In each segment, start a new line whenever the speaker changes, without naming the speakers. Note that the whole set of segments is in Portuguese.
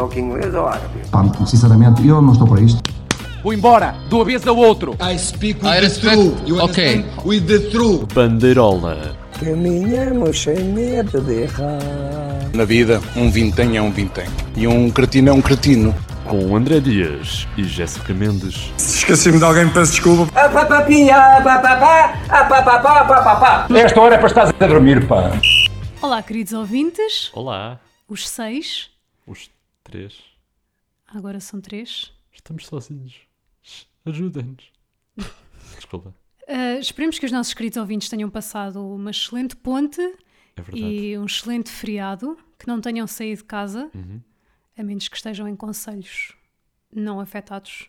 Ou que inglês ou árabe.
Pá, sinceramente, eu não estou para isto.
Vou embora, de uma vez ao outro.
I speak with the true. You
Okay.
understand? With the true.
Bandeirola.
Caminhamos sem medo de errar.
Na vida, um vintém é um vintém. E um cretino é um cretino.
Com André Dias e Jéssica Mendes.
Esqueci-me de alguém, peço desculpa.
A papapinha, a papapá, a papapá, a papapá.
Esta hora é para estar a dormir, pá.
Olá, queridos ouvintes,
Olá,
os seis,
os três.
agora são três.
Estamos sozinhos. Ajudem-nos. Desculpa,
Ah, esperemos que os nossos queridos ouvintes tenham passado uma excelente ponte
é verdade.
e um excelente feriado, que não tenham saído de casa,
Uhum.
a menos que estejam em conselhos não afetados.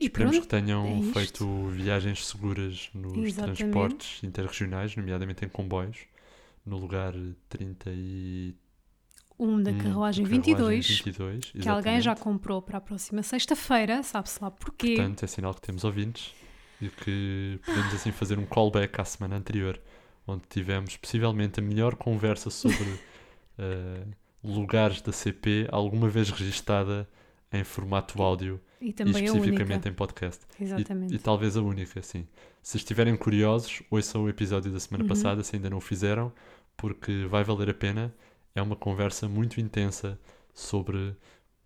E
Esperemos que
pronto,
tenham
é isto.
feito viagens seguras nos
Exatamente.
transportes interregionais, nomeadamente em comboios, no lugar 30 e...
Um da carruagem 22,
22
que alguém já
exatamente.
comprou para a próxima sexta-feira, sabe-se lá porquê.
Portanto, é sinal que temos ouvintes e que podemos assim fazer um callback à semana anterior, onde tivemos possivelmente a melhor conversa sobre eh, lugares da CP alguma vez registada em formato áudio
e
e
também a
especificamente
única.
em podcast. E-
Exatamente.
E, talvez a única, sim. Se estiverem curiosos, ouçam o episódio da semana passada, se ainda não o fizeram, porque vai valer a pena. É uma conversa muito intensa sobre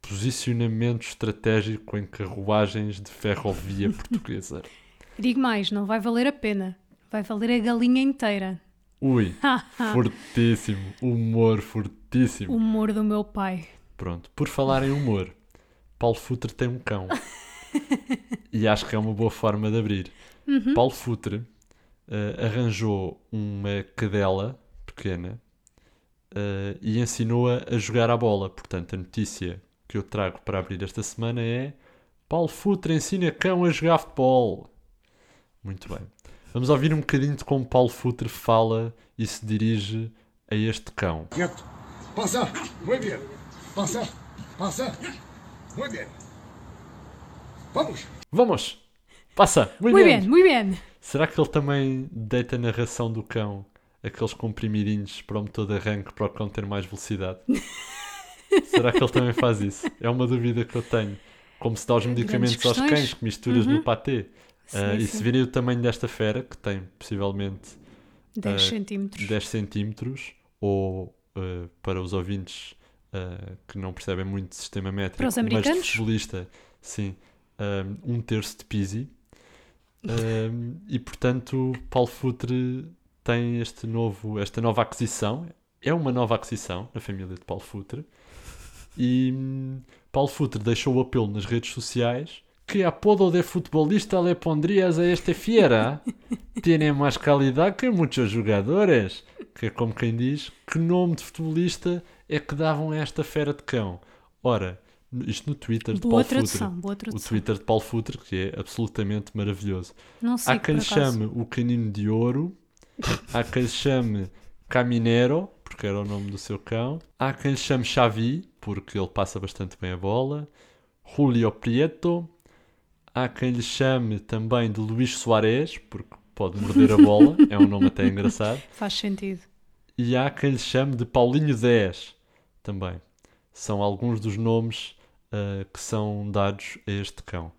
posicionamento estratégico em carruagens de ferrovia portuguesa.
Digo mais, não vai valer a pena. Vai valer a galinha inteira.
Ui, fortíssimo, humor
O
fortíssimo.
humor do meu pai.
Pronto, por falar em humor, Paulo Futre tem um cão. e acho que é uma boa forma de abrir. Paulo Futre eh, arranjou uma cadela pequena eh, e ensinou-a a jogar à bola. Portanto, a notícia que eu trago para abrir esta semana é Paulo Futre ensina cão a jogar futebol. Muito bem. Vamos ouvir um bocadinho de como Paulo Futre fala e se dirige a este cão.
Нет. Passa. Muy bien. Passa. Passa. Muy bien. Vamos.
Vamos! Passa! Muito
Muito
bem!
bem, muito bem.
Será que ele também deita na ração do cão aqueles comprimidinhos para o motor de arranque para o cão ter mais velocidade? Será que ele também faz isso? É uma dúvida que eu tenho. Como se dá os medicamentos aos
questões. Uhum.
cães que misturas no patê. Ah, e se
sim.
virem o tamanho desta fera, que tem possivelmente
10
Eh,
centímetros.
10 centímetros, ou eh, para os ouvintes eh, que não percebem muito de sistema métrico,
Para os
mas
americanos?
de futebolista, sim, ehm, um terço de pisi. Ehm, e portanto, Paulo Futre tem este novo, esta nova aquisição. É uma nova aquisição na família de Paulo Futre. E hum, Paulo Futre deixou o apelo nas redes sociais que apodo de futebolista le pondrías a esta fiera? Tiene mais qualidade que muitos jogadores. Que é como quem diz, que nome de futebolista é que davam a esta fera de cão? Ora, n- isto no Twitter de
Boa
Paulo
tradução,
Futre.
boa
O
tradução.
Twitter de Paulo Futre, que é absolutamente maravilhoso.
Não sei
Há quem lhe
por acaso.
chame o Canino de Ouro, há quem lhe chame Caminero, porque era o nome do seu cão, há quem lhe chame Xavi, porque ele passa bastante bem a bola, Julio Prieto, há quem lhe chame também de Luís Soares, porque pode morder a bola, é um nome até engraçado,
Faz sentido.
e há quem lhe chame de Paulinho 10 também. São alguns dos nomes ah, que são dados a este cão.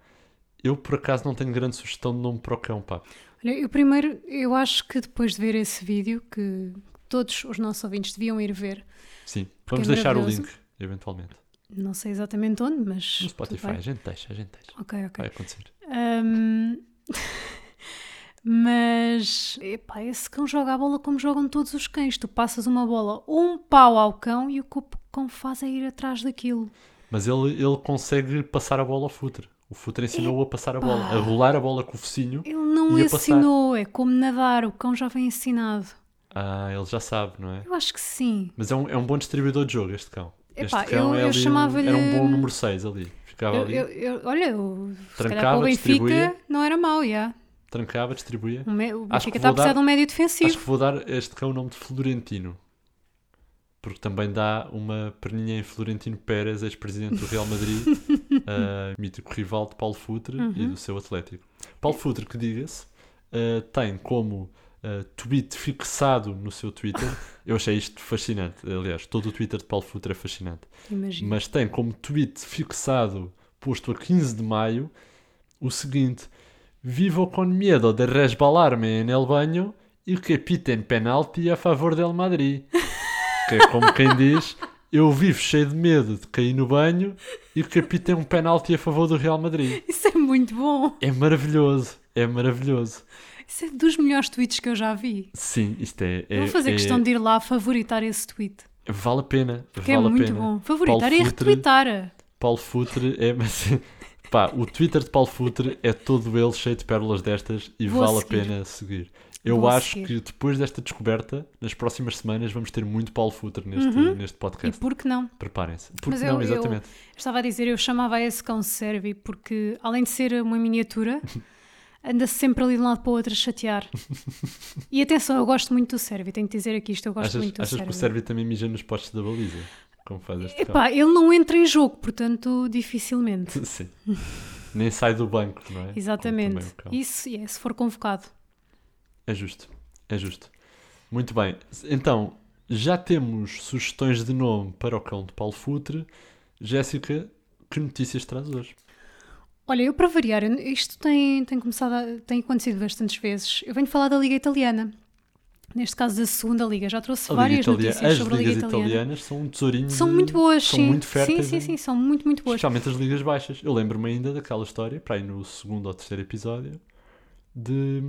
Eu, por acaso, não tenho grande sugestão de nome para o cão, pá.
Olha, eu primeiro, eu acho que depois de ver esse vídeo, que todos os nossos ouvintes deviam ir ver,
Sim, vamos
é
deixar o
maravilhoso.
link, eventualmente.
não sei exatamente onde, mas.
No
tudo
Spotify,
bem.
a gente deixa, a gente deixa.
Ok, ok.
Vai acontecer.
Ahm, Mas, epá, esse cão joga a bola como jogam todos os cães. Tu passas uma bola ou um pau ao cão e o que o cão faz é ir atrás daquilo.
Mas ele, ele consegue passar a bola ao Futre. O Futre ensinou-o a passar a bola, a rolar a bola com o focinho.
Ele não
E a passar.
ensinou, é como nadar, o cão já vem ensinado.
Ah, ele já sabe, não é?
Eu acho que sim.
Mas é um, é um bom distribuidor de jogo, este cão.
Epá,
este cão
eu-
é
eu
ali-
chamava-lhe-
era um bom número 6 ali. Ficava
Eu-
ali,
eu- eu- olha, eu, se calhar para
Trancava,
o Benfica
distribuía.
não era mau, já.
trancava, distribuía.
O, me- o
Acho que
Benfica está a
vou dar-
precisar de um médio
Acho
defensivo.
que vou dar a este cão o nome de Florentino. Porque também dá uma perninha em Florentino Pérez, ex-presidente do Real Madrid, eh, mítico rival de Paulo Futre e do seu Atlético. Paulo Futre, que diga-se, eh, tem como eh, tweet fixado no seu Twitter. Eu achei isto fascinante. Aliás, todo o Twitter de Paulo Futre é fascinante.
Imagino.
Mas tem como tweet fixado, posto a 15 de maio, o seguinte: Vivo com medo de resbalar-me em el banho e que pitem penalti a favor del Madrid. Que é como quem diz: Eu vivo cheio de medo de cair no banho e que pitem um penalti a favor do Real Madrid.
Isso é muito bom.
É maravilhoso, é maravilhoso.
Isso é dos melhores tweets que eu já vi.
Sim, isto é. é
Vou fazer
é-
questão de ir lá favoritar esse tweet.
Vale a pena,
Que
vale
é muito
a pena.
bom. Favoritar é
Paulo
e
Futre-
retweetar.
Paulo Futre é. Mas, pá, o Twitter de Paulo Futre é todo ele cheio de pérolas destas e
Vou
vale
seguir.
a pena seguir. Eu
Vou
acho
seguir.
que depois desta descoberta, nas próximas semanas, vamos ter muito Paulo Futre neste, neste
Uhum. E
podcast.
por que não?
Preparem-se. Porque
Mas eu-
não,
eu,
exatamente.
estava a dizer, eu chamava esse cão Servi porque, além de ser uma miniatura, anda sempre ali de um lado para o outro a chatear. E atenção, eu gosto muito do Servi, tenho de dizer aqui isto, eu gosto
Achas,
muito do
achas que o
Servi.
Sérvio também mija nos postes da baliza? Como faz este cão? é
Epá, ele não entra em jogo, portanto, dificilmente.
Sim. Nem sai do banco, não é? Como também
Exatamente.
o cão.
Isso, é, se for convocado.
É justo, é justo. Muito bem, então já temos sugestões de nome para o cão de Paulo Futre. Jéssica, que notícias traz hoje?
Olha, eu para variar, eu- isto tem, tem começado, a- tem acontecido bastantes vezes. Eu venho falar da Liga Italiana. Neste caso da segunda Liga, já trouxe várias
Liga Italiana-
notícias
As
sobre a Liga
ligas
Italiana.
italianas são um tesourinho.
São
de-
muito boas,
são
sim.
muito férteis.
sim, sim, sim,
em-
são muito muito boas.
Especialmente as ligas baixas. Eu lembro-me ainda daquela história, para aí no segundo ou terceiro episódio, de,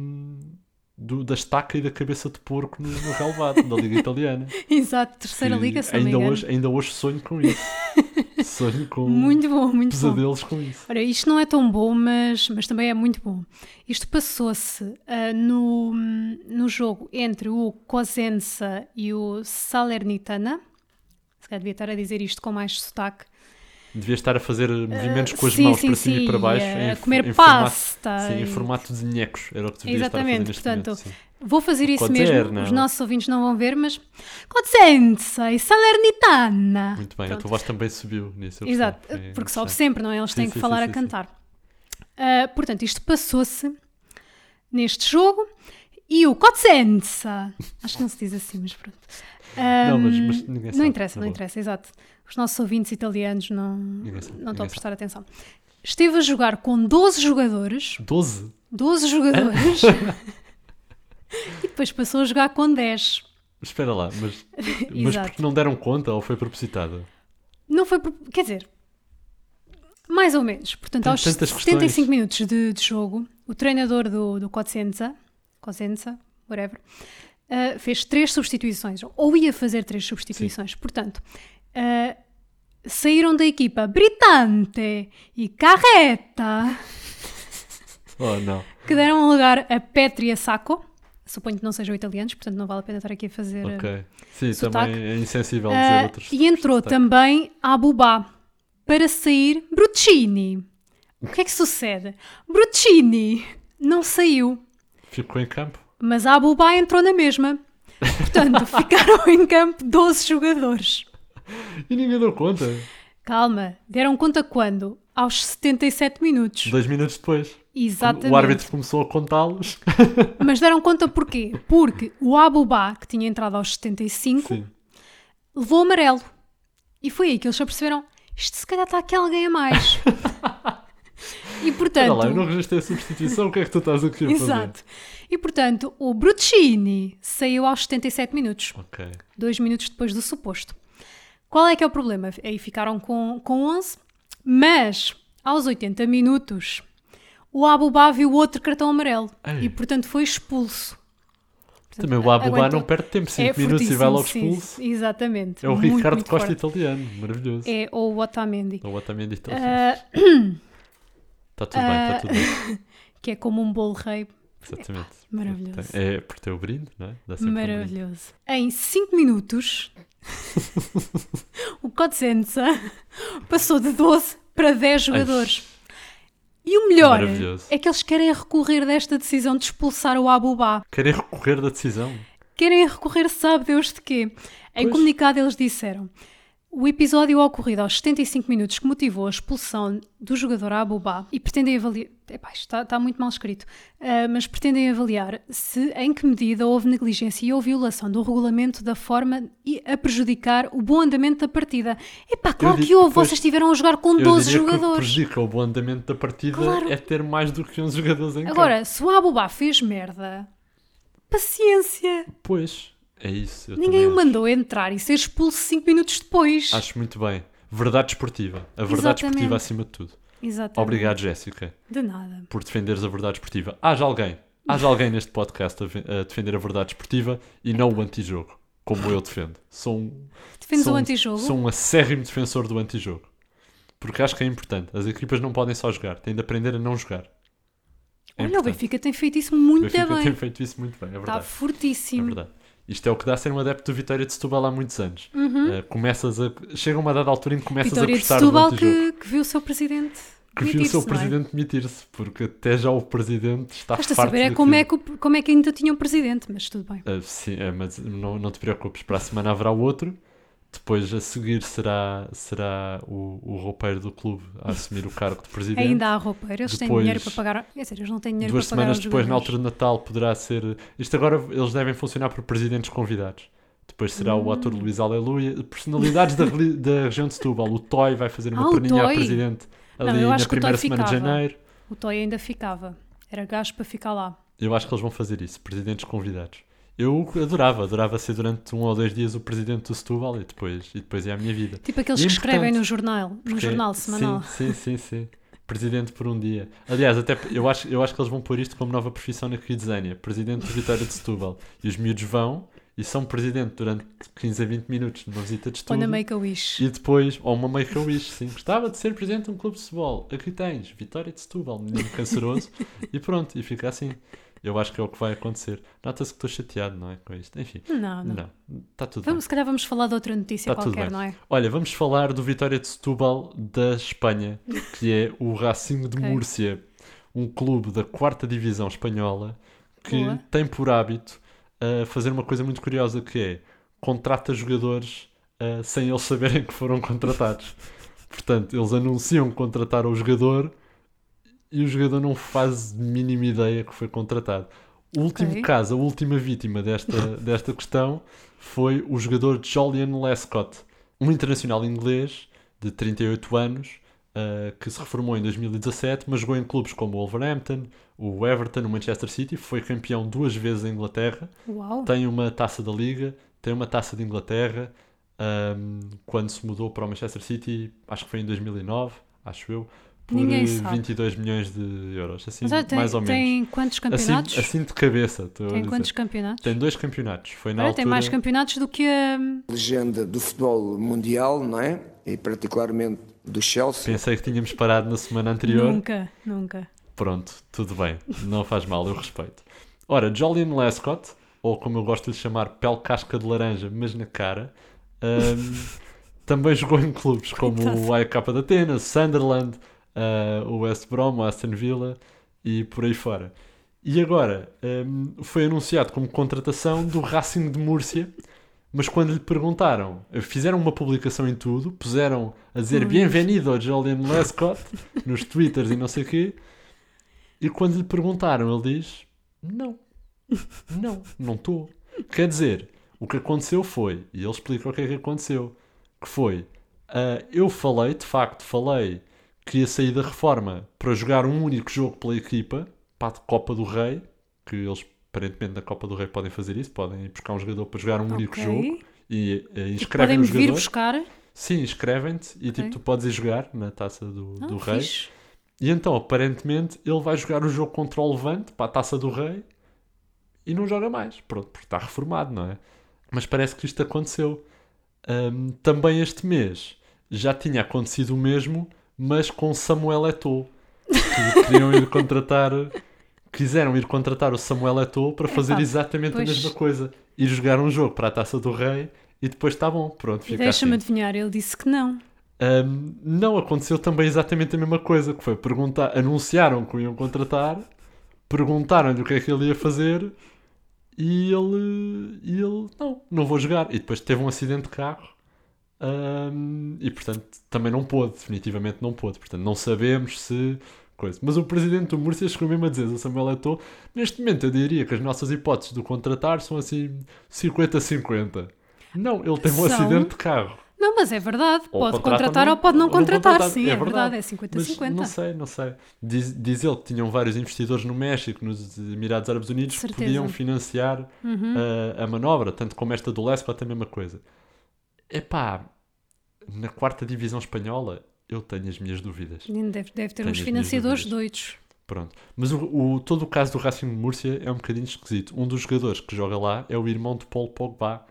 do- da estaca e da cabeça de porco no, no relvado da liga italiana.
Exato, terceira
Que
liga, se não me
ainda
engano.
hoje, é um ainda hoje sonho com isso. sonho com
Muito bom, muito bom.
pesadelos com isso.
Olha, isto não é tão bom, mas, mas também é muito bom. Isto passou-se ah, no, no jogo entre o Cosenza e o Salernitana. Se calhar devia estar a dizer isto com mais sotaque.
Devias estar a fazer movimentos com as
Eh, sim,
mãos
sim,
para cima
sim,
e para baixo.
a
em-
comer
em
pasta
Formato, sim,
e-
em formato de nhecos. Era o que devias
Exatamente,
estar a fazer neste
portanto,
momento. sim.
Vou fazer isso mesmo.
Cosenza. é?
Os nossos ouvintes não vão ver, mas Cosenza e Salernitana.
Muito bem, a
Pronto.
tua voz também subiu nisso. eu
Exato,
percebo, é
porque sobe
interessante.
sempre, não é? Eles têm
Sim,
que
sim,
falar
sim,
a
sim,
cantar. Ah, portanto, isto passou-se neste jogo e o Cosenza. Acho que não se diz assim, mas pronto.
Não, mas-
Ahm,
mas ninguém
não
sabe, tá
interessa,
na
não
boa.
interessa, exato. Os nossos ouvintes italianos não,
sabe,
não estão a
ninguém
prestar atenção. Esteve a jogar com 12 jogadores,
12?
12 jogadores, e depois passou a jogar com 10.
Espera lá, mas, mas
Exato.
porque não deram conta ou foi propositado?
Não foi. Por... Quer dizer, mais ou menos. Portanto,
Tem
aos
tantas
75
questões.
minutos de, de jogo, o treinador do, do Cosenza, Cosenza, whatever, ah, fez três substituições, ou ia fazer três substituições. Portanto, ah, saíram da equipa Britante e Carreta,
Oh, não.
que deram lugar a Petri e a Sacco. Suponho que não sejam italianos, portanto não vale a pena estar aqui a fazer. ah,
Ok. Sim,
Sotaque.
também é insensível
Ah,
dizer outros.
e entrou
sotaques.
também a Bubá para sair Bruccini. O que é que sucede? Bruccini não saiu,
Ficou em campo?
mas a Bubá entrou na mesma. Portanto, ficaram em campo 12 jogadores.
E ninguém deu conta.
Calma, deram conta quando? Aos 77 minutos.
Dois minutos depois.
Exatamente.
O árbitro começou a contá-los.
Mas deram conta porquê? Porque o Abubá, que tinha entrado aos 75,
Sim.
levou amarelo. E foi aí que eles se aperceberam: isto se calhar está aqui alguém a mais. e
Espera lá, eu não
portanto.
registrei a substituição, o que é que tu estás aqui a fazer?
Exato. E portanto, o Bruccini saiu aos 77 minutos,
Ok.
dois minutos depois do suposto. Qual é que é o problema? Aí ficaram com, com 11, mas aos 80 minutos o Abubá viu outro cartão amarelo
Ei.
e portanto foi expulso.
Também o Abubá
aguentou.
não perde tempo, 5
É
minutos e vai
fortíssimo,
logo
sim,
expulso.
Exatamente.
É o
Muito,
Ricardo
muito
Costa
forte.
italiano, maravilhoso.
É, ou o Otamendi,
Ou também diz Está
Ah,
tudo bem, está tudo bem.
que é como um bolo rei
Exatamente.
maravilhoso.
É por teu brinde, não é? Dá sempre um brinde.
maravilhoso. Em 5 minutos, o Cosenza passou de 12 para 10 jogadores. E o melhor
Maravilhoso.
é que eles querem recorrer desta decisão de expulsar o Abubá.
Querem recorrer da decisão?
Querem recorrer, sabe Deus de quê? Em comunicado, eles disseram: O episódio ocorrido aos 75 minutos que motivou a expulsão do jogador Abubá e pretendem avaliar. Epá, isto está, está muito mal escrito. Ah, mas pretendem avaliar se, em que medida, houve negligência ou violação do regulamento da forma e a prejudicar o bom andamento da partida. Epá, claro
di-
que houve.
pois,
Vocês estiveram a jogar com
Eu
12
diria que o que
jogadores.
prejudica o bom andamento da partida
Claro.
é ter mais do que 11 jogadores em campo.
Agora, se o Abubá fez merda, paciência.
Pois, é isso. eu
Ninguém o
também
mandou entrar e ser expulso 5 minutos depois.
acho. Acho muito bem. Verdade esportiva. A verdade
Exatamente.
esportiva acima de tudo.
Exatamente.
Obrigado, Jéssica,
De nada.
por defenderes a verdade esportiva. Haja alguém, haja alguém neste podcast a, ve- a defender a verdade esportiva e não o antijogo, como eu defendo. Sou um,
Defendes
sou
o
um-
antijogo?
Sou um acérrimo defensor do antijogo. Porque acho que é importante. As equipas não podem só jogar, têm de aprender a não jogar. É
Olha, o
importante.
Benfica tem feito isso muito
Benfica tem
bem. Tá
feito isso muito bem, é
Está
verdade. É
fortíssimo.
verdade. Isto é o que dá a ser um adepto do Vitória de Setúbal há muitos anos. Eh, começas a... Chega uma dada altura em que começas
Uhum. Vitória
a
de
gostar
Setúbal
do antijogo.
que, que viu o seu presidente
Que viu o seu
demitir-se, não é?
presidente demitir-se, porque até já o presidente está
Basta
farto
saber é como, é
daquilo.
que, o- como é que ainda tinha um presidente, mas tudo bem.
Ah, sim, ah, mas não, não te preocupes, para a semana haverá outro. Depois a seguir será, será o, o roupeiro do clube a assumir o cargo de presidente.
Ainda há roupeiro, eles têm
Depois-
dinheiro para pagar. Quer dizer, eles não têm dinheiro
Duas
para pagar.
semanas
aos
depois, na
jogadores.
altura de Natal, poderá ser. Isto agora eles devem funcionar por presidentes convidados. Depois será o
Hum.
ator Luís Aleluia. Personalidades da, reli- da região de Setúbal. O Toy vai fazer uma
Ah, o
perninha
Toy.
à presidente
Não,
ali
eu
na
acho que o
primeira
Toy
semana de
ficava.
janeiro.
O Toy ainda ficava. Era gajo para ficar lá.
Eu acho que eles vão fazer isso, presidentes convidados. Eu adorava, adorava ser durante um ou dois dias o presidente do Setúbal e depois, e depois é a minha vida.
Tipo aqueles
E é
que escrevem no
importante,
jornal, no
porque-
jornal semanal.
Sim, sim, sim, sim. Presidente por um dia. Aliás, até p- eu acho, eu acho que eles vão pôr isto como nova profissão na Quidesânia. Presidente de Vitória de Setúbal. E os miúdos vão e são presidente durante 15 a 20 minutos numa visita de
Ou
estudo.
na Make-A-Wish.
E depois, ou uma make a wish, sim. Gostava de ser presidente de um clube de futebol. Aqui tens, Vitória de Setúbal, menino canceroso. e pronto, e fica assim. Eu acho que é o que vai acontecer. Nota-se que estou chateado, não é? Com isto. Enfim,
Não, não.
não. Está tudo bem.
Vamos, se calhar vamos falar de outra notícia
Está Tá tudo
qualquer,
bem.
não é?
Olha, vamos falar do Vitória de Setúbal da Espanha, que é o Racing de
Ok.
Múrcia, um clube da quarta divisão espanhola que
Boa.
tem por hábito uh, fazer uma coisa muito curiosa que é contrata jogadores uh, sem eles saberem que foram contratados. Portanto, eles anunciam que contrataram o jogador e o jogador não faz mínima ideia que foi contratado. O último
Ok.
caso, a última vítima desta, desta questão foi o jogador Julian Lescott, um internacional inglês de 38 anos ah, que se reformou em 2017, mas jogou em clubes como o Wolverhampton, o Everton, o Manchester City, foi campeão duas vezes em Inglaterra,
Uau.
tem uma taça da Liga, tem uma taça de Inglaterra. ahm, quando se mudou para o Manchester City, acho que foi em 2009, acho eu, por
Ninguém
eh,
sabe.
22 milhões de euros, assim,
Mas olha, tem,
mais ou menos.
tem quantos
Assim,
campeonatos?
assim de cabeça, estou a
tem
dizer.
quantos campeonatos?
Tem dois campeonatos, foi na
Olha,
altura...
tem mais campeonatos do que hum, a.
Legenda do futebol mundial, não é? E particularmente do Chelsea.
Pensei que tínhamos parado na semana anterior.
Nunca, nunca.
Pronto, tudo bem, não faz mal, eu respeito. Ora, Jolien Lescott, ou como eu gosto de lhe chamar, pele casca de laranja, mas na cara, hum, também jogou em clubes como o AEK de Atenas, Sunderland, ah, o West Brom, o Aston Villa e por aí fora. E agora, hum, foi anunciado como contratação do Racing de Múrcia, mas quando lhe perguntaram, fizeram uma publicação em tudo, puseram a dizer Bienvenido ao Julian Lescott nos twitters e não sei o quê, e quando lhe perguntaram, ele diz: Não, não, não estou. Quer dizer, o que aconteceu foi, e ele explica o que é que aconteceu: que foi, ah, eu falei, de facto, falei que ia sair da reforma para jogar um único jogo pela equipa, para a Copa do Rei, que eles aparentemente na Copa do Rei podem fazer isso, podem ir buscar um jogador para jogar um único
Ok.
jogo e, eh, inscrevem
Podem
o
vir
jogador.
buscar.
Sim, inscrevem-te e
Ok.
tipo, tu podes ir jogar na taça do,
Ah,
do Rei.
fixe.
E então, aparentemente, ele vai jogar o jogo contra o Levante, para a Taça do Rei, e não joga mais. Pronto, porque está reformado, não é? Mas parece que isto aconteceu. Ahm, também este mês já tinha acontecido o mesmo, mas com Samuel Eto'o. Que queriam ir contratar... Quiseram ir contratar o Samuel Eto'o para fazer
Epá,
exatamente
pois.
a mesma coisa. Ir jogar um jogo para a Taça do Rei e depois está bom. Pronto,
E
fica
Deixa-me
assim.
adivinhar, ele disse que não.
Ahm, não aconteceu também exatamente a mesma coisa, que foi perguntar, anunciaram que o iam contratar, perguntaram-lhe o que é que ele ia fazer e ele, e ele não, não vou jogar. E depois teve um acidente de carro ahm, e portanto também não pôde, definitivamente não pôde. Portanto, não sabemos se. Coisa. Mas o presidente do Múrcia chegou mesmo a dizer, o Samuel Eto'o, neste momento eu diria que as nossas hipóteses de o contratar são assim 50-50. Não, ele teve um
São-
acidente de carro.
Não, mas é verdade.
Ou
pode
contrata
contratar
não-
ou pode não
ou
contratar.
contrata.
Sim, é verdade. É
Mas Não
50-50.
sei, não sei. Diz, diz ele que tinham vários investidores no México, nos Emirados Árabes Unidos, que
Certeza. Uhum.
podiam financiar eh, a, a manobra, tanto como esta do Lespa, até a mesma coisa. Epá, na quarta divisão espanhola, eu tenho as minhas dúvidas.
Menino, Deve, deve ter
Tenho as
uns
minhas
financiadores
dúvidas.
doidos.
Pronto. Mas o, o- todo o caso do Racing de Múrcia é um bocadinho esquisito. Um dos jogadores que joga lá é o irmão de Paul Pogba,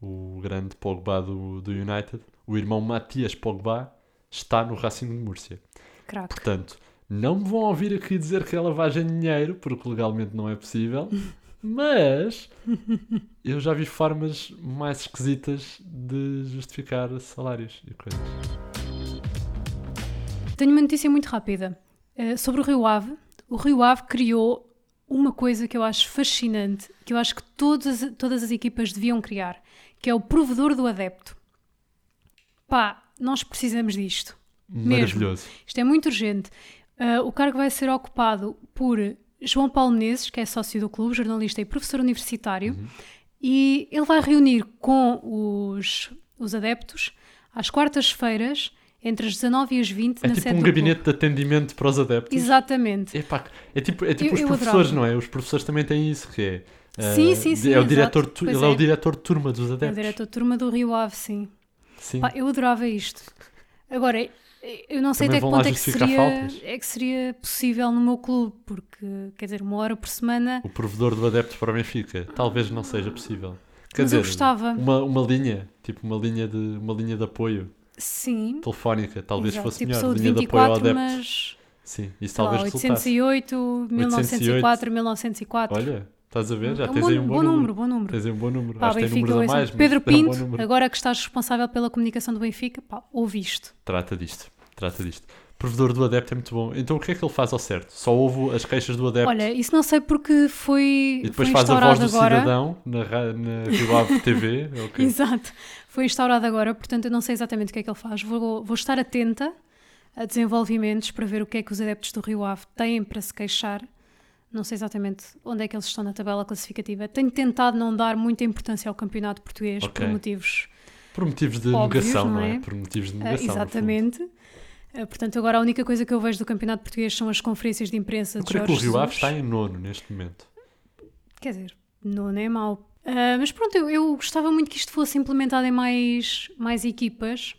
o grande Pogba do, do United. O irmão Matias Pogba está no Racing de Múrcia.
Crack.
Portanto, não me vão ouvir aqui dizer que é lavagem de dinheiro, porque legalmente não é possível, mas eu já vi formas mais esquisitas de justificar salários e coisas.
Tenho uma notícia muito rápida eh, sobre o Rio Ave. O Rio Ave criou uma coisa que eu acho fascinante, que eu acho que todas, as- todas as equipas deviam criar, que é o provedor do adepto. Pá, nós precisamos disto. Mesmo.
Maravilhoso.
Isto é muito urgente. Ah, o cargo vai ser ocupado por João Paulo Menezes, que é sócio do clube, jornalista e professor universitário, e ele vai reunir com os, os adeptos às quartas-feiras, entre as 19 e as 20,
É
na
tipo
sede
um
do
gabinete
clube.
de atendimento para os adeptos.
Exatamente.
Epá, é tipo, é tipo
Eu-
os
eu
professores,
adorava.
não é? Os professores também têm isso, que é. eh,
Sim, sim, sim,
É o
exato.
diretor, tu-
Pois
ele é.
é.
o diretor de turma dos
É o
adeptos.
diretor de turma do Rio Ave, sim.
Sim.
Pá, eu adorava isto. Agora, eu não sei
Também
até que
vão lá
ponto é que,
justificar
seria,
faltas.
é que seria possível no meu clube, porque, quer dizer, uma hora por semana
O provedor do adepto para o Benfica. Talvez não seja possível. Quer
Mas eu
dizer,
gostava.
Uma, uma linha, tipo uma linha de, uma linha de apoio
Sim.
telefónica, talvez
Exato,
fosse
tipo
melhor.
saúde
Linha de apoio ao
24,
adepto.
mas
Sim, isso
sei lá,
talvez resultasse.
808, 1904, 1904.
Olha, estás a ver? Já
é um
tens
bom,
aí um bom número.
bom número.
Tens aí um bom número.
Pá,
Acho que tem
Benfica,
números a
ouça.
mais, mas
Pedro
é um bom
Pinto,
número.
agora que estás responsável pela comunicação do Benfica, pá, ouve isto.
Trata disto, trata disto. Provedor do adepto é muito bom. Então o que é que ele faz ao certo? Só ouve as queixas do adepto
Olha, isso não sei porque foi,
e depois
foi
faz a voz
instaurado
do
agora.
cidadão na, ra- na Rio Ave TV. ok.
Exato. Foi instaurado agora, portanto eu não sei exatamente o que é que ele faz. Vou, vou estar atenta a desenvolvimentos para ver o que é que os adeptos do Rio Ave têm para se queixar. Não sei exatamente onde é que eles estão na tabela classificativa. Tenho tentado não dar muita importância ao campeonato português
Ok.
por motivos. eh,
Por motivos de
Óbvios,
negação, não
não
é?
é?
Por motivos de
ah,
negação. no fundo.
exatamente. Ah, portanto, agora a única coisa que eu vejo do campeonato português são as conferências de imprensa
Eu
de
creio
Jorge
que o Rio Ave
Jesus.
está em nono neste momento.
Quer dizer, não é mau. Ah, mas pronto, eu, eu gostava muito que isto fosse implementado em mais, mais equipas,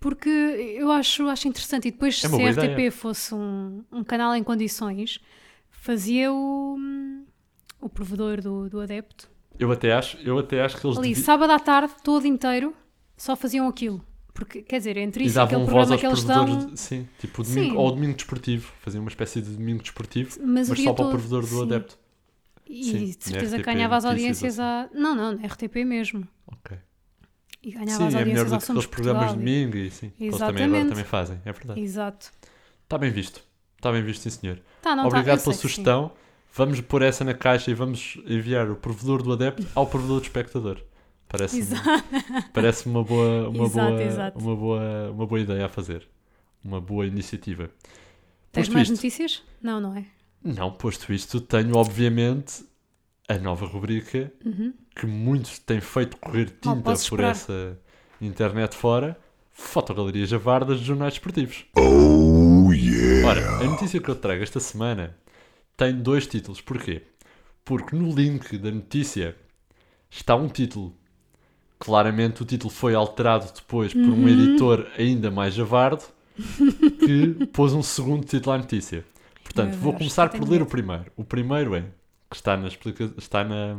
porque eu acho, acho interessante. E depois,
É uma
se
boa
a RTP
ideia.
fosse um, um canal em condições, fazia o, o provedor do, do adepto.
Eu até acho, eu até acho que eles
Ali,
devi-
sábado à tarde, todo inteiro, só faziam aquilo. Porque, quer dizer, entre
e
isso e aquele
davam voz
programa
aos
que eles
provedores.
dão.
de- Sim, tipo o domingo,
Sim.
ou o domingo desportivo. Faziam uma espécie de domingo desportivo,
Mas
mas,
o dia
só para o
todo,
provedor do
sim.
adepto.
E
Sim,
de
na
certeza que
RTP,
ganhava as
notícias
audiências à.
assim.
Não, não, na RTP mesmo.
Ok.
E ganhava as
Sim, é melhor
audiências
do
ao
que
Somos
aqueles programas de
Portugal e-
domingo e sim. que Eles também agora
Exatamente.
também fazem, é verdade.
Exato.
Está Tá bem visto. Está bem visto, sim, senhor.
Tá, não, tá,
Obrigado
eu sei
pela
que sim.
sugestão. Vamos pôr essa na caixa e vamos enviar o provedor do adepto ao provedor do espectador. Parece-me parece uma, boa, uma,
Exato,
boa,
exato.
Uma, boa, uma boa ideia a fazer. Uma boa iniciativa.
Tens
Posto
mais
isto-
notícias? Não, não é?
Não, posto isto, tenho obviamente a nova rubrica que muitos têm feito correr
Mal
tinta
Uhum. posso
por
esperar.
essa internet fora. Fotogalerias javardas de jornais desportivos. Ora, a notícia que eu trago esta semana tem dois títulos. Porquê? Porque no link da notícia está um título. Claramente o título foi alterado depois por
Uhum.
um editor ainda mais javardo que pôs um segundo título à notícia. Portanto,
Meu
vou
Deus,
começar por
tenho
ler o
medo.
primeiro. O primeiro é, que está na, explica está na-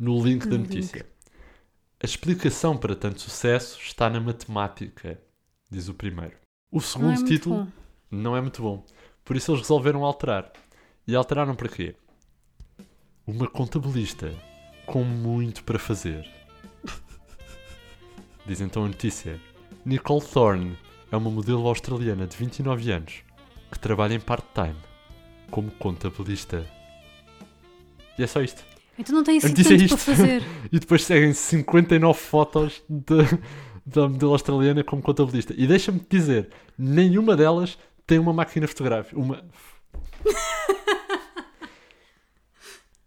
no link da notícia. A explicação para tanto sucesso está na matemática, diz o primeiro. O
Não é
segundo
muito
título
bom.
não é muito bom. Por isso eles resolveram alterar. E alteraram para quê? Uma contabilista com muito para fazer. Diz então a notícia. Nicole Thorne é uma modelo australiana de 29 anos que trabalha em part-time como contabilista. E é só isto.
Então não tem assim
notícia é
tanto para
isto.
fazer.
E depois seguem 59 fotos de, da modelo australiana como contabilista. E deixa-me te dizer, nenhuma delas tem uma máquina fotográfica. Uma.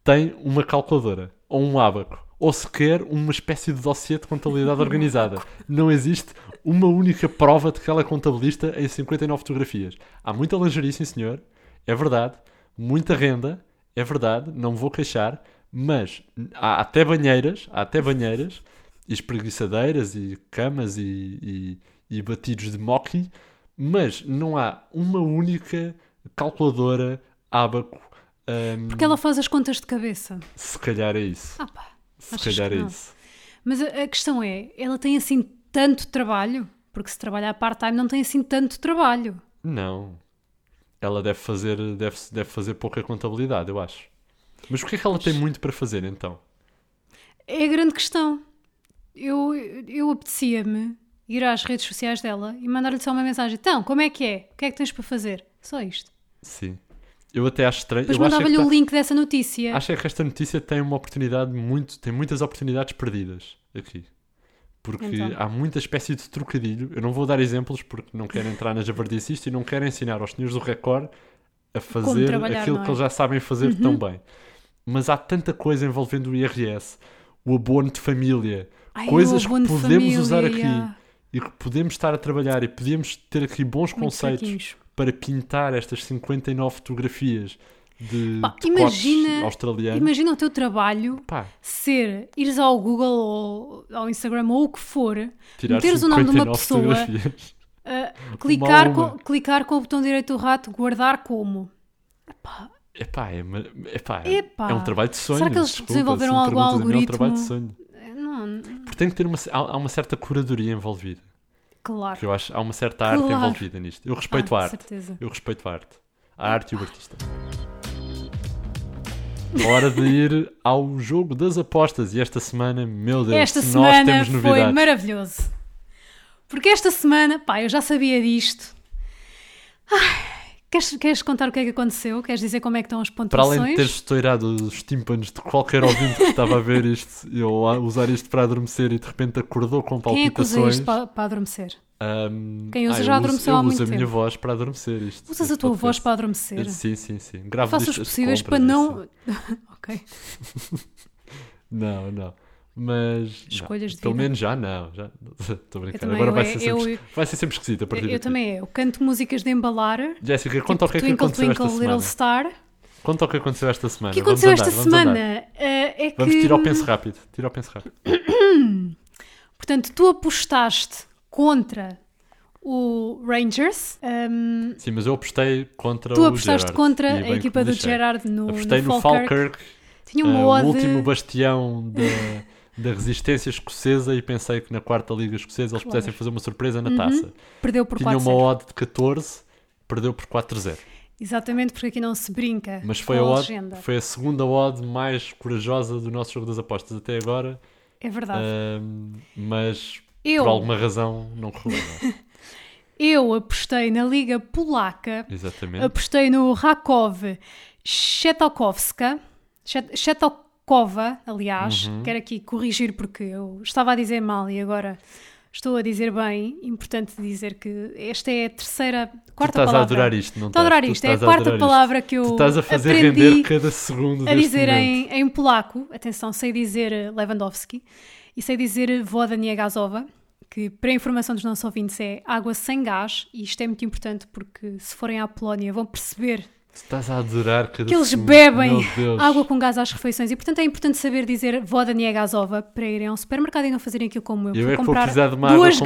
tem uma calculadora ou um abaco. Ou sequer uma espécie de dossiê de contabilidade organizada. Não existe uma única prova de que ela é contabilista em 59 fotografias. Há muita lingerie, sim senhor, é verdade. Muita renda, é verdade, não me vou queixar. Mas há até banheiras, há até banheiras, e espreguiçadeiras, e camas, e, e- e batidos de moqui, mas não há uma única calculadora, abaco. hum, ahm,
Porque ela faz as contas de cabeça.
se calhar é isso.
Ah pá,
se
achas
calhar
que
é
não?
isso.
Mas a, a questão é, ela tem assim tanto trabalho? Porque se trabalhar part-time não tem assim tanto trabalho.
Não. Ela deve fazer, deve, deve fazer pouca contabilidade, eu acho. Mas o que é que ela tem muito para fazer então?
É a grande questão. Eu, eu apetecia-me ir às redes sociais dela e mandar-lhe só uma mensagem. Então, como é que é? O que é que tens para fazer? Só isto.
Sim. Eu até acho estranho.
Depois
Eu acho é que
mandava-lhe um
tá-
o link dessa notícia.
Acho é que esta notícia tem uma oportunidade muito, tem muitas oportunidades perdidas aqui. Porque
Então.
há muita espécie de trocadilho. Eu não vou dar exemplos porque não quero entrar na javardice isto e não quero ensinar aos senhores do Record a fazer
trabalhar,
aquilo
não
que
é?
eles já sabem fazer tão bem. Mas há tanta coisa envolvendo o IRS, o abono de família,
Ai,
coisas
o
que
abono de
podemos
família,
usar aqui
yeah.
e que podemos estar a trabalhar e podemos ter aqui bons
Muito
conceitos
fraquinhos.
para pintar estas 59 fotografias de,
Pá,
de cortes
imagina,
australianos.
imagina o teu trabalho
Pá,
ser ires ao Google ou ao Instagram ou o que for,
tirar
meteres o nome de uma
59
pessoa,
fotografias.
uh, clicar,
Uma a
com,
uma.
clicar com o botão direito do rato, guardar como.
Epá, é, ma- epá,
Epá.
é um trabalho de sonho.
Será que eles desenvolveram algum
É um
algoritmo?
trabalho de sonho.
Não,
Porque tem que ter uma, ce- há, há uma certa curadoria envolvida.
claro.
Que eu acho, há uma certa arte
Claro.
envolvida nisto. Eu respeito
Ah,
a
de
arte.
certeza.
Eu respeito a arte. A arte e o artista. Hora de ir ao jogo das apostas. E esta semana, meu Deus,
Esta
se nós
semana
temos
foi
novidades.
maravilhoso. Porque esta semana, pá, eu já sabia disto. Ai, queres, queres contar o que é que aconteceu? Queres dizer como é que estão as
Para
pontuações?
além de ter estourado os tímpanos de qualquer ouvinte que estava a ver isto, eu a usar isto para adormecer e de repente acordou com
Quem é que usa
palpitações.
isto para, para adormecer?
ahm, ah,
Quem usa
eu
já
uso-
adormeceu
eu
há
uso
muito
a minha
tempo.
vousas para adormecer isto.
Usas a
este
tua voz
podcast.
para adormecer?
Sim, sim, sim. Gravo
Faço os
listas de
possíveis para
compras,
não.
assim.
ok.
Não, não. Mas. não,
Escolhas de
Pelo
vida.
menos já não. Já... Estou a brincar.
também,
Agora
eu
vai
é-
ser, sempre,
eu-
vai ser sempre esquisito a partir
Eu,
daqui.
também Tipo, é. Eu canto músicas de embalar.
Jéssica, conta o que é que
Twinkle
aconteceu
Twinkle
esta
Little
semana.
Star.
Conta o que aconteceu esta semana.
O que aconteceu
vamos
esta
andar, Vamos, andar.
semana eh, é que.
Vamos tirar o penso rápido. Tira o penso rápido.
Portanto, tu apostaste contra o Rangers. ehm,
Sim, mas eu apostei contra
tu
o
apostaste
Gerrard,
contra
e
a
bem que
equipa
me
do
deixei.
Gerard no,
Apostei
no
no
Falkirk.
Falkirk,
Tinha
eh,
uma
o
ode.
último bastião da, da resistência escocesa e pensei que na quarta liga escocesa eles pudessem fazer uma surpresa na taça.
Perdeu Uhum. por
Tinha
4
uma odd de 14, perdeu por 4-0.
Exatamente, porque aqui não se brinca.
Mas foi
com
a,
a
odd,
legenda.
foi a segunda odd mais corajosa do nosso jogo das apostas até agora,
É verdade.
eh, ahm, mas
Eu-
por alguma razão não correu. não é?
Eu apostei na Liga Polaca.
Exatamente.
Apostei no Rakov Chetokowska, Chet- Chetokova, aliás,
Uhum.
quero aqui corrigir porque eu estava a dizer mal e agora estou a dizer bem. Importante dizer que esta é a terceira, quarta
tu estás
palavra.
a adorar isto, não
Estou
estás?
a adorar
Tu
isto, é a
estás a
quarta
adorar isto.
palavra que eu
Tu estás a fazer
aprendi
render cada segundo
a
deste
dizer
momento.
em, em polaco, atenção, sei dizer eh, Lewandowski e sei dizer eh, Voda Niegazowa, que para informação dos nossos ouvintes é água sem gás, e isto é muito importante porque se forem à Polónia vão perceber
Tu estás a adorar cada
que eles
segundo.
bebem
Meu Deus.
água com gás às refeições e portanto é importante saber dizer Voda Niegazowa para irem ao supermercado e não fazerem aquilo como eu,
Eu
fui
é que vou
comprar
precisar de uma água
duas
com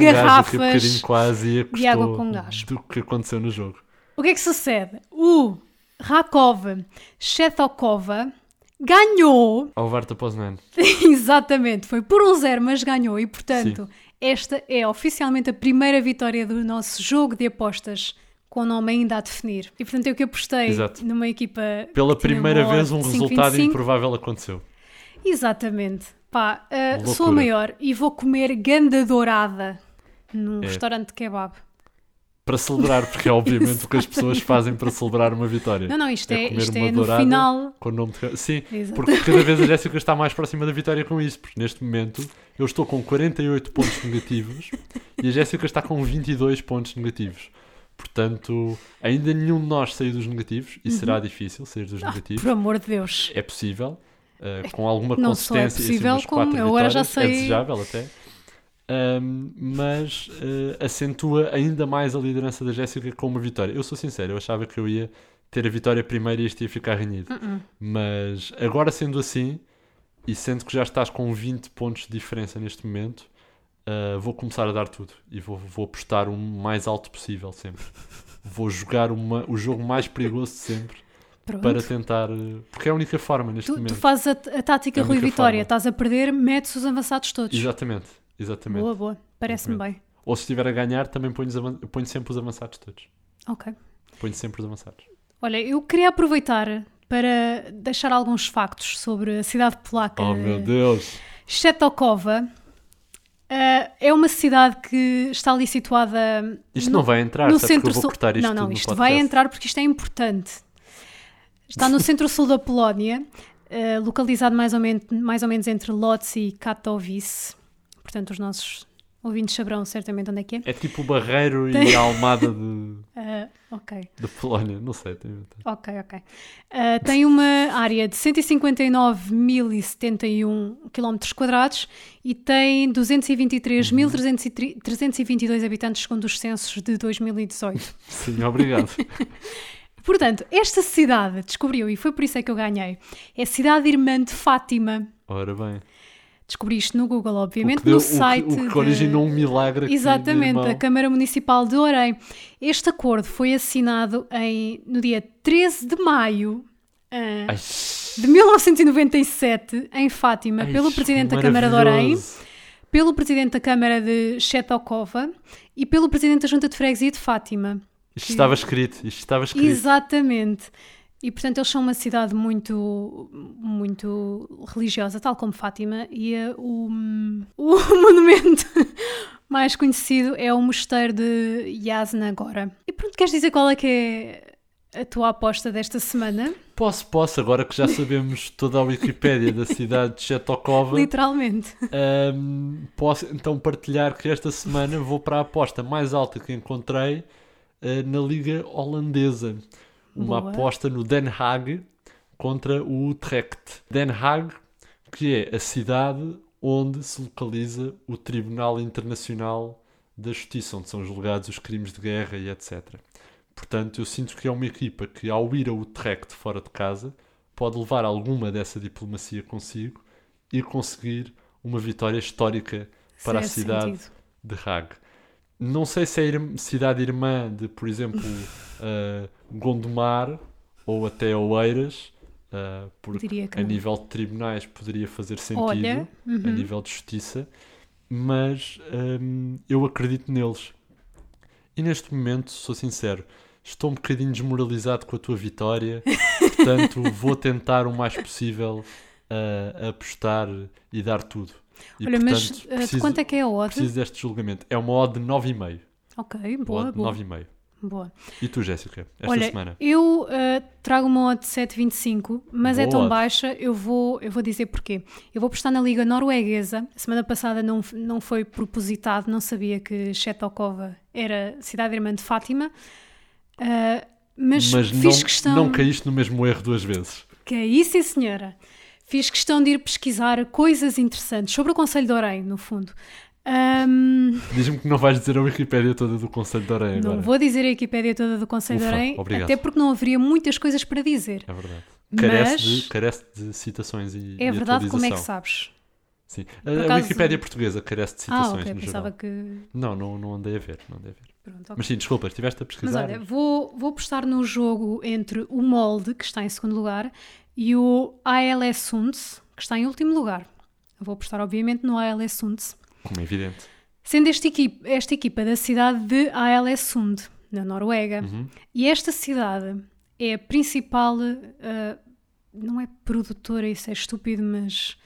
gás
garrafas
daqui a bocadinho quase e é
de água
custou
com gás.
do que aconteceu no jogo.
O que é que sucede? O Rakov Chetokova ganhou
Ao Varta Poznan.
Exatamente, foi por um zero, mas ganhou e, portanto, esta é oficialmente a primeira vitória do nosso jogo de apostas com o nome ainda a definir. E, portanto, eu que apostei
Exato.
numa equipa.
Pela
que tinha
primeira
uma
vez
odd
um
de
resultado
5,25.
improvável aconteceu.
Exatamente. Pá, uh,
Loucura.
sou a maior e vou comer ganda dourada num
É.
restaurante de kebab.
para celebrar, porque é obviamente o que as pessoas fazem para celebrar uma vitória.
Não, não, isto é-
comer
isto
uma
é no
dourada
final.
Com o nome de... Sim,
Exato.
porque cada vez a Jéssica está mais próxima da vitória com isso, porque neste momento eu estou com 48 pontos negativos e a Jéssica está com 22 pontos negativos. Portanto, ainda nenhum de nós saiu dos negativos e
Uhum.
será difícil sair dos negativos.
Por amor de Deus.
É possível, uh, com alguma
não só é
consistência e
possível,
assim, umas
como
quatro
eu agora já
vitórias,
sei.
é desejável até. Um, mas uh, acentua ainda mais a liderança da Jéssica com uma vitória. Eu sou sincero, eu achava que eu ia ter a vitória primeiro e isto ia ficar renhido.
Uh-uh.
Mas agora sendo assim, e sendo que já estás com 20 pontos de diferença neste momento, uh, vou começar a dar tudo e vou, vou apostar o mais alto possível sempre. Vou jogar uma- o jogo mais perigoso de sempre
Pronto.
para tentar. uh, Porque é a única forma neste
Tu, tu
momento.
fazes a, t- a tática
É a
Rui
única
Vitória,
forma.
estás a perder, metes os avançados todos.
Exatamente, exatamente.
Boa, boa. Parece-me bem.
Ou se estiver a ganhar, também ponho, os avan- ponho sempre os avançados todos.
Ok.
Ponho sempre os avançados.
Olha, eu queria aproveitar para deixar alguns factos sobre a cidade polaca.
Oh meu Deus!
Shetokova eh, é uma cidade que está ali situada
Isto não vai entrar,
no
sabe? Porque
centro
eu vou
sul.
cortar isto
não, não,
tudo no
isto
podcast.
vai entrar porque isto é importante. Está no centro-sul da Polónia, eh, localizado mais ou, men- mais ou menos entre Lodz e Katowice. Portanto, os nossos ouvintes saberão certamente onde é que é.
É tipo o Barreiro e a Almada de,
Eh, ok.
de Polónia, não sei. Tem... tem-
Ok, ok. Ah, tem uma área de 159.071 km um quadrados e tem 223.322 habitantes segundo os censos de 2018.
Sim, obrigado.
Portanto, esta cidade, descobriu, e foi por isso é que eu ganhei, é a cidade irmã de Fátima.
Ora bem.
Descobri isto no Google,
O que,
obviamente,
deu-
no
o que-
site.
o que
de-
originou um milagre aqui,
Exatamente,
irmão.
da Câmara Municipal de Orem. Este acordo foi assinado em, no dia 13 de maio. ah,
Ai,
de 1997 em Fátima
ai,
pelo
que
presidente da Câmara de Orem,
maravilhoso.
pelo presidente da Câmara de Chetokova e pelo presidente da Junta de Freguesia de Fátima.
Isto estava escrito, isto estava escrito.
Exatamente. E portanto eles são uma cidade muito muito religiosa, tal como Fátima, e eh, o, o monumento mais conhecido é o mosteiro de Yasna agora. E pronto, queres dizer qual é que é a tua aposta desta semana?
Posso, posso, agora que já sabemos toda a Wikipédia da cidade de Chetokova.
Literalmente.
Ahm, posso então partilhar que esta semana vou para a aposta mais alta que encontrei ah, na Liga Holandesa. Uma
Boa.
aposta no Den Haag contra o Utrecht. Den Haag, que é a cidade onde se localiza o Tribunal Internacional da Justiça, onde são julgados os crimes de guerra e etc. Portanto, eu sinto que é uma equipa que, ao ir a Utrecht fora de casa, pode levar alguma dessa diplomacia consigo e conseguir uma vitória histórica para a
Faz
cidade
sentido.
de Hague. Não sei se é ir- cidade irmã de, por exemplo, eh, Gondomar ou até Oeiras, eh, porque
Diria que
a
não.
nível de tribunais poderia fazer sentido,
Olha, uhum.
a nível de justiça, mas hum, eu acredito neles. E neste momento, sou sincero, estou um bocadinho desmoralizado com a tua vitória, portanto vou tentar o mais possível ah, apostar e dar tudo. E,
Olha, mas
portanto,
eh, de quanto é que é a odd?
preciso deste julgamento. É uma odd de 9,5.
Ok, boa,
Odd de
boa.
9,5.
boa.
E tu, Jéssica, esta
Olha,
semana?
eu eh, trago uma odd de 7,25, mas é
Boa
tão
odd.
baixa, eu vou, eu vou dizer porquê. Eu vou apostar na Liga Norueguesa. A semana passada não, f- não foi propositado, não sabia que Chetokova era cidade irmã de Fátima. Eh, mas,
Mas
fiz
não,
questão.
não caíste no mesmo erro duas vezes.
Que é isso, sim, senhora. Fiz questão de ir pesquisar coisas interessantes sobre o Conselho de Orem, no fundo. Ahm,
Diz-me que não vais dizer a Wikipédia toda do Conselho de Orem
Não
agora.
vou dizer a Wikipédia toda do Conselho de
Ufa,
Orem,
obrigado.
até porque não haveria muitas coisas para dizer.
É verdade.
Mas-
Carece, de, carece de citações e
É
e
verdade, como é que
atualização.
sabes?
Sim.
Por
A,
acaso-
Wikipédia portuguesa carece de
Ah,
citações
ok,
no
pensava
geral.
que.
Não, não, não andei a ver, não andei a ver.
Pronto, ok.
Mas sim, desculpa, estiveste a
Mas
pesquisar.
olha, vou, vou apostar no jogo entre o Molde, que está em segundo lugar, e o ALS Sunds, que está em último lugar. Vou apostar, obviamente, no ALS Sunds.
Como é evidente.
Sendo esta equipa, esta equipa da cidade de Aelesund, na Noruega.
Uhum.
E esta cidade é a principal. ah, não é produtora, isso é estúpido, mas.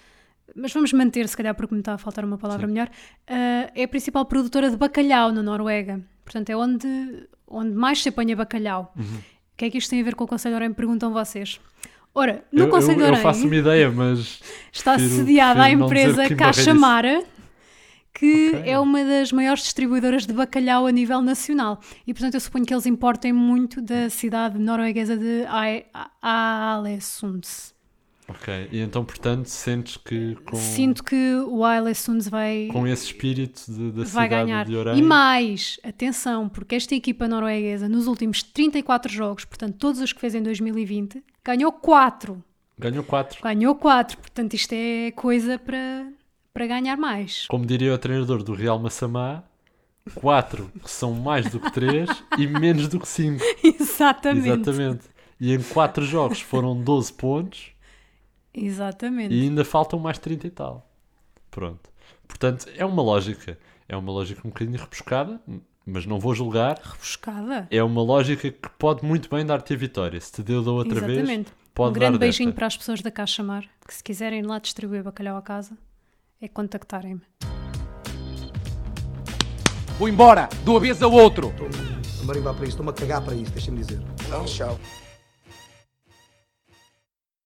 Mas vamos manter, se calhar, porque me está a faltar Eh, uma palavra melhor. ah, é a principal produtora de bacalhau na Noruega. Portanto, é onde, onde mais se apanha bacalhau.
Uhum.
O que é que isto tem a ver com o Conselho de Orem? Perguntam vocês. Ora, no
eu,
Conselho
eu,
de
eu
Orem
faço uma ideia, mas.
está
prefiro-
sediada a
prefiro não dizer
empresa
que me
Caixa
barrei disso.
Mara, que
Ok.
é uma das maiores distribuidoras de bacalhau a nível nacional. E, portanto, eu suponho que eles importem muito da cidade norueguesa de Ai- A- Alessund.
Ok, e então, portanto, sentes que com,
Sinto que o Alessund vai,
com esse espírito de- da
vai
cidade
ganhar.
de Orem.
E mais, atenção, porque esta equipa norueguesa, nos últimos 34 jogos, portanto, todos os que fez em 2020, ganhou 4.
Ganhou 4.
Ganhou 4, portanto, isto é coisa para, para ganhar mais.
Como diria o treinador do Real Massamá, 4 que são mais do que 3 e menos do que 5.
Exatamente.
Exatamente. E em 4 jogos foram 12 pontos
Exatamente.
e ainda faltam mais 30 e tal. Pronto. Portanto, é uma lógica. É uma lógica um bocadinho rebuscada, mas não vou julgar.
Rebuscada.
É uma lógica que pode muito bem dar-te a vitória. Se te deu da outra
Exatamente.
vez, pode
um
dar
grande
desta.
beijinho para as pessoas da Caixa Mar, que se quiserem ir lá distribuir bacalhau à casa, é contactarem-me.
Vou embora, de uma vez ao outro.
Estou-me a marimbar para isto, estou-me a cagar para isto, deixem-me dizer.
Não, tchau.